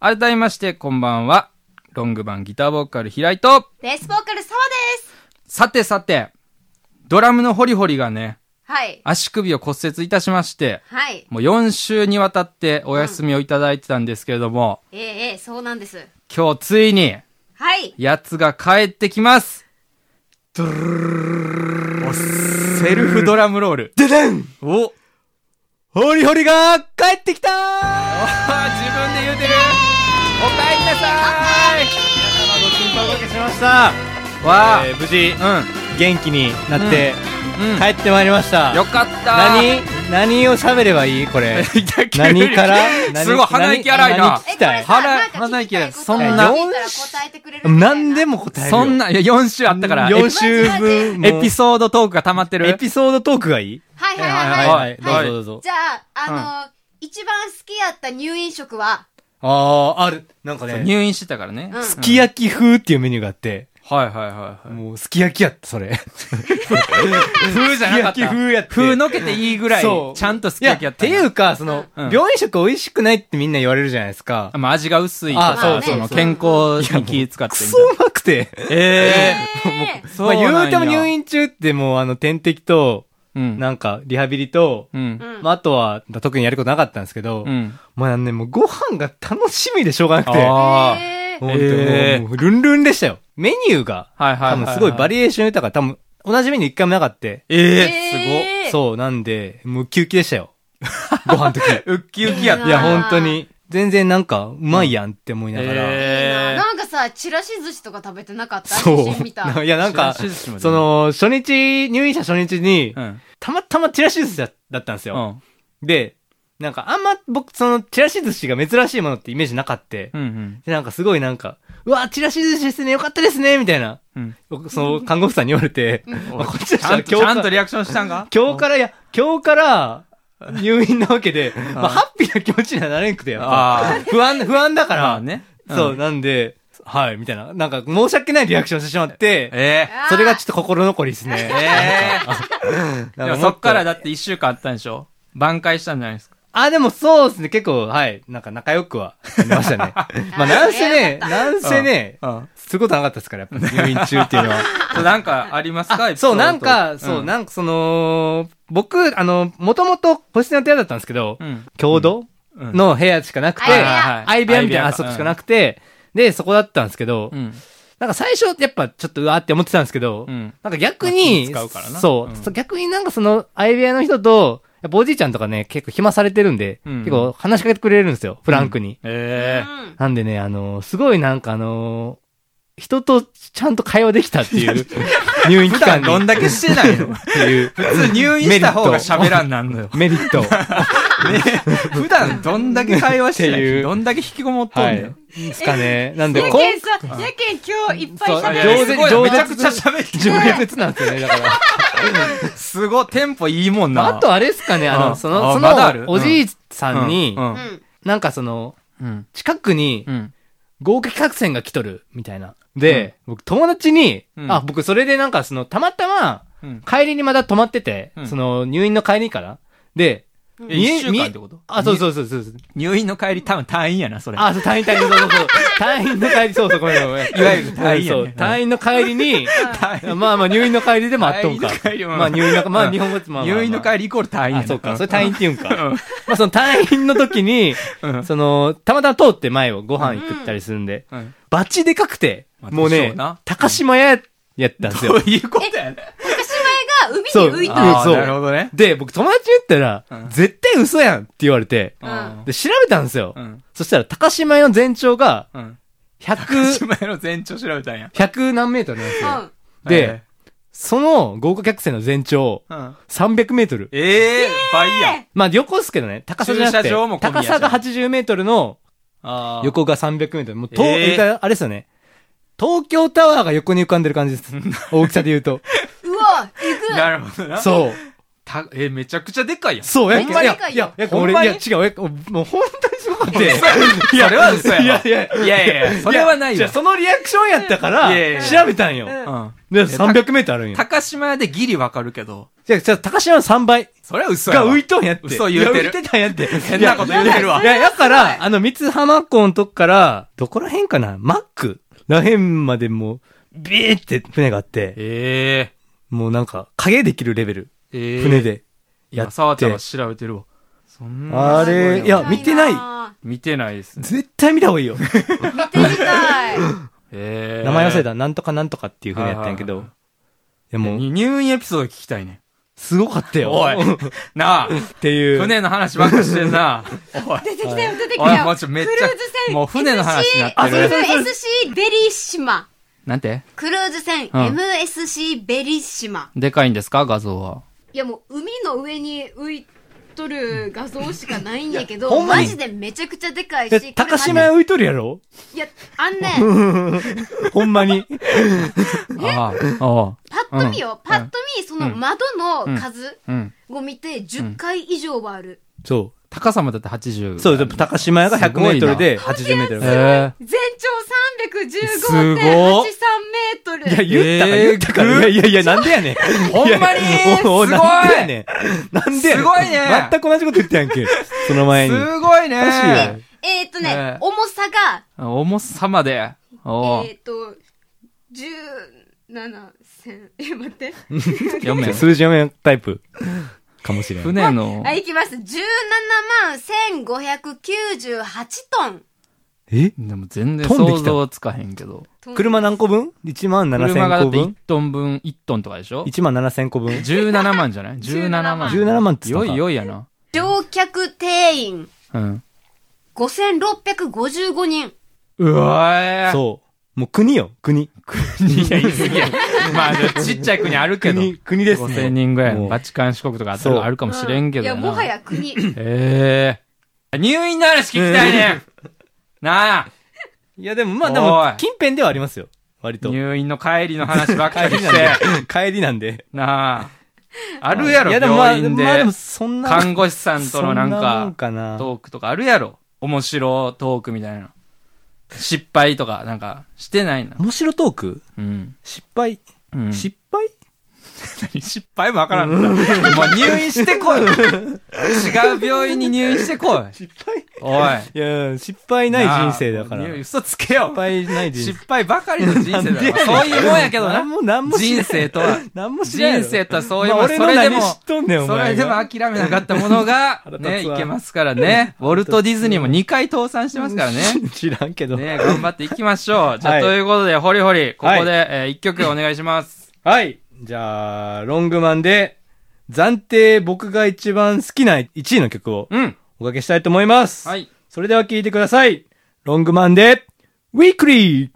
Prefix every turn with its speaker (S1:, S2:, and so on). S1: 改めまして、こんばんは。ロングバンギターボーカル平井と、
S2: ベースボーカル沢です。
S1: さてさて、ドラムのホリホリがね、
S2: はい。
S1: 足首を骨折いたしまして、
S2: はい。
S1: もう4週にわたってお休みをいただいてたんですけれども、
S2: ええええそうなんです。
S1: 今日ついに、
S2: はい。
S1: やつが帰ってきますセルフドラムロール。
S3: ででん
S1: お
S3: ホリホリが帰ってきたー
S1: あ自分で言うてるおかえりなさ
S3: ご心配おかけしました
S1: いわ
S3: えー無事
S1: あ、
S3: 元気になって
S1: うん。うん。
S3: 帰ってまいりました
S1: よかった
S3: 何何を喋ればいいこ れ何 から何
S1: すごい鼻息荒いな
S3: 何聞きた
S2: え
S3: い
S2: こ
S1: 腹
S2: なんか
S1: 腹
S2: 聞
S1: い
S2: き
S1: け
S2: た
S1: る
S2: いこと
S1: そんな
S2: 聞いたら答えてくれるみたいな
S3: 何でも答えるよ
S1: そんな、いや、4週あったから、エ
S3: 4週分
S1: ピエピソードトークが溜まってる
S3: エピソードトークがいい
S2: はいはい
S3: は
S2: はいい
S3: は
S2: はいい。
S3: はい、
S1: はい
S3: どうぞどうぞ
S2: じゃあ、あの、一番好きやった入院食は、
S3: あああるなんかね
S1: 入院してたからね。
S2: うん
S3: すき焼き風っていうメニューがあって
S1: はいはいはいはい。
S3: もうすき焼きやったそれ
S1: 風じゃなかった。
S3: すき焼き風やって
S1: 風のけていいぐらい、
S3: そう
S1: ちゃんとすき焼きやった。
S3: いっていうか、その、
S1: うん
S3: 病院食美味しくないってみんな言われるじゃないですか
S1: あ。まあ味が薄いと
S3: あ
S1: か、
S2: そうそう
S1: その
S2: そう
S1: 健康に気使って
S3: ク
S1: み
S3: ソ
S1: たいな。
S3: うまくて。
S1: え
S2: え
S1: え
S2: え
S1: そうなんや
S3: まあ言うても入院中ってもうあの点滴と、
S1: うん。
S3: なんかリハビリと、
S1: うん。
S2: うん
S3: まああとは特にやることなかったんですけど、
S1: うん。
S3: まあね、もうご飯が楽しみでしょうがなくて。
S1: ああ
S2: ええ
S3: 本当にもう
S1: えー
S3: もうルンルンでしたよ。メニューが、
S1: はいはいは
S3: 多
S1: いはい
S3: 分すごいバリエーション豊か。多分同じメニュー一回もなかった。
S1: え
S2: ええ
S3: そう、なんで、もうウキウキでしたよ。ご飯の時。
S1: すご っ。ウッキウキやっ
S2: う
S1: た。
S2: わー
S3: いや、本当に。全然なんか、うまいやんって思いながら。
S2: いいな
S1: え
S2: なんかさ、ちらし寿司とか食べてなかった
S3: そう。
S2: 写真見た。
S3: いや、なんか
S1: ちらし寿司も、ね
S3: その、初日、入院した初日に、
S1: えうん。
S3: たまたまチラシ寿司だだったんです
S1: う
S3: よ。
S1: ん。
S3: で、なんか、あんま僕、その、チラシ寿司が珍しいものってイメージなかって、
S1: うんうん。
S3: で、なんかすごいなんか、うわ、チラシ寿司ですね、よかったですね、みたいな、
S1: うん。
S3: その、看護婦さんに言われて、まあこっ ちと
S1: ち
S3: した
S1: ゃ
S3: ら
S1: んと、ちゃ
S3: 今
S1: んと
S3: 日か
S1: リアクションしたんか
S3: 今日から、いや、今日から、入院なわけで、まあ、ハッピーな気持ちにはなれんくて、やっ
S1: あ
S3: ぱ。不安、不安だか
S1: まあ
S3: ら、
S1: ね。ん
S3: そう、。なんで、はい、みたいな。なんか、申し訳ないリアクションしてしまって、
S1: ええ。
S2: あー
S3: それがちょっと心残りですね。
S1: ええ。
S3: なん
S1: でも
S3: も
S1: そっから
S3: だ。
S1: だって一週間あったんでしょ挽回したんじゃないですか。
S3: あ、でもそうですね、結構、はい、なんか仲良くはなりましたね。まあ、なんせね、なんせね、
S1: うん。
S3: することなかったですから、やっぱ入院中っていうのは。
S1: そうなんかありますかエピソー
S3: そう、
S1: ドと
S3: なんか、そう、なんかその、僕、あの、もともと個室の部屋だったんですけど、
S1: うん。
S3: 共同
S1: うん。
S3: の部屋しかなくて、
S2: 相部屋
S3: 相部屋みたいな、あそこしかなくて、で、そこだったんですけど
S1: う、ん。
S3: なんか最初、やっぱちょっとうわーって思ってたんですけど、
S1: うん。
S3: なんか逆に、
S1: まあ気使うからな
S3: そう、
S1: うん
S3: そう逆になんかその、相部屋の人と、やっぱおじいちゃんとかね、結構暇されてるんで、
S1: うん
S3: 結構話しかけてくれるんですよ、フランクに。
S1: ええ。
S2: うん
S3: なんでね、あのーすごいなんかあのー人とちゃんと会話できたっていう、 入院期
S1: 普
S3: 間
S1: 段
S3: に。
S1: どんだけしてないの
S3: っていう
S1: 普通入院した方が喋らんなんのよ。
S3: メリ ット。
S1: 普段どんだけ会話してな
S3: ってい
S1: いうどんだけ引きこもっとん
S3: は
S1: だ
S3: い。
S1: よ。
S3: ですかね。なんで、
S2: や
S3: こん
S2: けんさ、やけん今日いっぱい
S3: そう
S2: 喋
S1: い
S2: る。
S1: やいやすごいな
S3: 上
S1: め
S3: 手
S1: ちゃくちゃ喋って
S3: 上舌なんですよね、だから。
S1: すごい、テンポいいもん
S3: ま あ
S1: な。
S3: あとあれですかね、あ
S1: う
S3: の、
S1: ん
S3: そ
S1: あ
S3: の、そ
S1: まだある
S3: の、おじいさんに
S1: う、。
S2: うんん。
S3: なんかその、
S1: うん。
S3: 近くに
S1: う、ん。
S3: 合計客船が来とる、みたいな。で、僕、友達に、
S1: うん
S3: あ、僕、それでなんか、その、たまたま、
S1: うん。
S3: 帰りにまだ泊まってて、
S1: うん
S3: その、入院の帰りから。で、
S2: うん
S1: え一週間ってこと
S3: あ、そうそうそうそうそう。
S1: 入院の帰り多分退院やな、それ。
S3: あ、そう、退院退院、そうそうそう。退院の帰り、そうそう、ごめんごめ ん。
S1: いわゆる退院やね
S3: そう、
S1: うん
S3: 退院の帰り に、
S1: 退院
S3: まあまあ、入院の帰りでもあっとん
S1: 退
S3: か
S1: 院の帰り。も
S3: まあ、入院の、ま
S1: う
S3: あ、
S1: ん
S3: 日本語ってまあまあまあ。
S1: 入院の帰りイコール退院やな。
S3: あ、そうか。
S1: ん
S3: それ退院って言うんか。
S1: うん
S3: まあ、その退院の時に、
S1: うん
S3: その、たまたま通って前をご飯行ったりするんで、
S1: うん
S3: バチでかくて、
S1: まあ
S3: もう
S1: でしょ
S3: ね
S1: うな、
S3: 高島屋やったんです
S1: どう
S3: よ。
S1: いうことやね。
S2: 高島屋が海に浮い
S3: そ
S2: た
S3: う
S2: の。
S1: あー
S3: そう
S1: なるほどね。
S3: で、僕友達に言った
S1: う
S3: ら
S1: ん、
S3: 絶対嘘やんって言われて、
S2: うん
S3: で、調べたんですよ
S1: うん。
S3: そしたら、高島屋の全長が、
S1: うん。
S3: 100、
S1: 島屋の全長調べたんや。
S3: 100何メートルなんですよ。
S1: はい
S3: で、、その豪華客船の全長、
S1: うん
S3: 300メートル。
S1: ええ、倍やん。
S3: まあ、横っすけどね、高さじゃなくて
S1: 駐車場も、込みや
S3: 高
S1: じゃん
S3: さが80メートルの、
S1: あー
S3: 横が300メートル。もう、と
S1: えー
S3: 言うたらあれですよね。東京タワーが横に浮かんでる感じです。 大きさで言うと。
S2: うわ、えぐい。
S1: なるほどな。
S3: そう。
S1: たえ、めちゃくちゃでかいやん。
S3: そう、やけ
S2: ほん
S3: ど
S2: まに
S3: いや、いや、やけど俺、
S1: ほんま
S3: い
S1: に
S3: や、違う、やけどもう本当にすごくて。
S1: いや、それは嘘やわ。
S3: いやいや
S1: いやいやいや それはない
S3: じゃ
S1: よ
S3: あ。そのリアクションやったか
S1: いやい
S3: ら、
S1: や
S3: 調べたんよ。
S2: うん
S1: うん。
S3: で、300メートルあるんよ。
S1: 高島屋でギリわかるけど。
S3: じゃあ、じゃあ高島の3倍。
S1: それは嘘や
S3: が
S1: わ。
S3: 浮いとんやって。
S1: 嘘言うてる
S3: いや浮いてたんやって。
S1: 変なこと言うてるわ
S3: いや、いやだから、あの、三つ浜っ子のとこから、どこら辺かなマックら辺までもう、ビーって船があって、
S1: え
S3: もうなんか、影できるレベル。
S1: えええ
S3: 船。で。
S1: 今、
S3: やっ
S1: 沢ち
S3: て
S1: ゃんが調べてるわ。そんな。
S3: あれいや見てない
S1: 見てないですね。
S3: 絶対見た方がいいよ。
S2: 見てみたい。
S1: ええ
S3: 名前忘れた。なんとかなんとかっていう船やったんやけ
S1: は
S3: ど。
S1: い
S3: い
S1: は
S3: や、もう、
S1: に入院エピソード聞きたいね。
S3: すごかったよ。
S1: おい
S3: っ。
S1: な あ。
S3: ていう。
S1: 船の話ばっかしてんな。おい。
S2: 出てきたよ、出てき
S1: お
S2: た
S1: い、も
S2: よ
S1: う。ちょ、めっち
S2: クルーズ
S1: ゃ、
S2: 船
S1: もう船の話になって
S3: あそれ
S1: る。
S2: MSC ベリッシマ。
S1: なんて
S2: クルーズ船、
S1: うん
S2: MSC ベリッシマ。
S1: でかいんですか画像は。
S2: いやもう海の上に浮いとる画像しかないんやけど、
S3: いやほんま
S2: マ
S3: に
S2: ジでめちゃくちゃでかい
S3: で
S2: し、
S3: 高島
S2: これ
S3: 屋浮いとるやろ
S2: マジいや、あんね、
S3: ほんまに。
S1: ああ。あ
S2: パッと見よ、
S1: うん
S2: パッと見、その窓の数
S1: あ。うん。
S2: を見て、10回以上はある。
S3: そ
S1: 高さもだって80。
S3: う。そう、でも高島屋が100メートルで80メートル。
S1: え
S2: 全長
S1: す
S2: 315.83
S1: ご
S2: メートル。
S3: いや、言ったら
S1: えー
S3: 言ったから。いやいやいや、なんでやねん。
S1: ほんまに
S3: や おお
S1: すごい
S3: なんでやねん。なんでやね
S1: す
S3: ん
S1: ごいね
S3: 全く同じこと言ったやんけ。その前
S1: え
S3: に。
S1: すごい
S3: おかしいよ
S1: ね。
S2: えーっとね、
S1: ええ
S2: 重さが、
S1: 重さまで。お
S2: えーっと、17千、 え、待って。
S1: 4名。
S3: 数字読めんタイプ。かもしれん。
S1: 船の
S2: は、い、いきます。17万1598トン。
S3: え
S1: でも全然
S3: 飛んでき
S1: 想
S3: た
S1: 像つかへんけど。
S3: 車何個分 ?1 万
S1: 車が
S3: 7000
S1: だっ
S3: 個
S1: て1
S3: 分
S1: トン分、1トンとかでしょ
S3: ?1 万7000個分。
S1: ?17 万じゃない ?17 万。
S3: 17万って言っ
S1: よ
S3: た
S1: い
S3: か
S1: よいやな。
S2: 乗客定員
S1: うん。
S2: 5655人。
S1: うわー
S3: そう。もう国よ、国。
S1: いや、言い過ぎや。まあ、ちっちゃい国あるけど。
S3: 国、国ですね。
S1: 5000人ぐらい
S3: も
S1: の
S3: う
S1: バチカン四国とかあったら
S3: そう
S1: あるかもしれんけど
S2: い
S1: な。
S2: や、もは。や国。
S1: ええ入院の話聞きたいねん。 なあ。
S3: いや、でもまあ、で
S1: おい
S3: も、近辺ではありますよ。割と。
S1: 入院の帰りの話ばっかり
S3: 帰り
S1: し
S3: なんで
S1: て。。
S3: 帰りなんで。
S1: なあ。あるやろ、
S3: いや、でもまあ、
S1: 病院
S3: まあで
S1: で
S3: も。そんな。
S1: 看護師さんとのなん
S3: そなも
S1: か
S3: ん、かな。
S1: トークとかあるやろ。面白トークみたいな。失敗とか、なんか、してないな。
S3: 面白トーク
S1: うん。
S3: 失敗、
S1: うん、
S3: 失敗
S1: 失敗もわからんのだ。もう入院してこい。違う病院に入院してこい。
S3: 失敗
S1: おい。
S3: いや、失敗ない人生だから。
S1: なあ
S3: 失
S1: 嘘つけよ。
S3: 敗ない人
S1: 失
S3: 生。
S1: 敗ばかりの人生
S3: なんでや
S1: だ
S3: ねん
S1: そういうもんやけど
S3: な
S1: な。
S3: んも、なんもしな
S1: 人
S3: い
S1: 生とは。
S3: なんもしない
S1: 人生とはそういうもん。
S3: 俺
S1: そ
S3: の
S1: れでも
S3: 何、知っとんねん、お
S1: それ
S3: 前
S1: でも
S3: が。
S1: 諦めなかったものが、
S3: 腹立
S1: ね、
S3: つ
S1: い
S3: わ
S1: けますからね。ウォルト・ディズニーも2回倒産してますからね。
S3: 知らんけど。
S1: ね、頑張っていきましょう。じゃあ、
S3: はい
S1: ということで、ホリホリ、ここで、
S3: は
S1: え1曲お願いします。
S3: はい。じゃあ、ロングマンで、暫定僕が一番好きな1位の曲を
S1: うん。
S3: おかけしたいと思います。
S1: はい。
S3: それでは聴いてください。ロングマンで、ウィークリー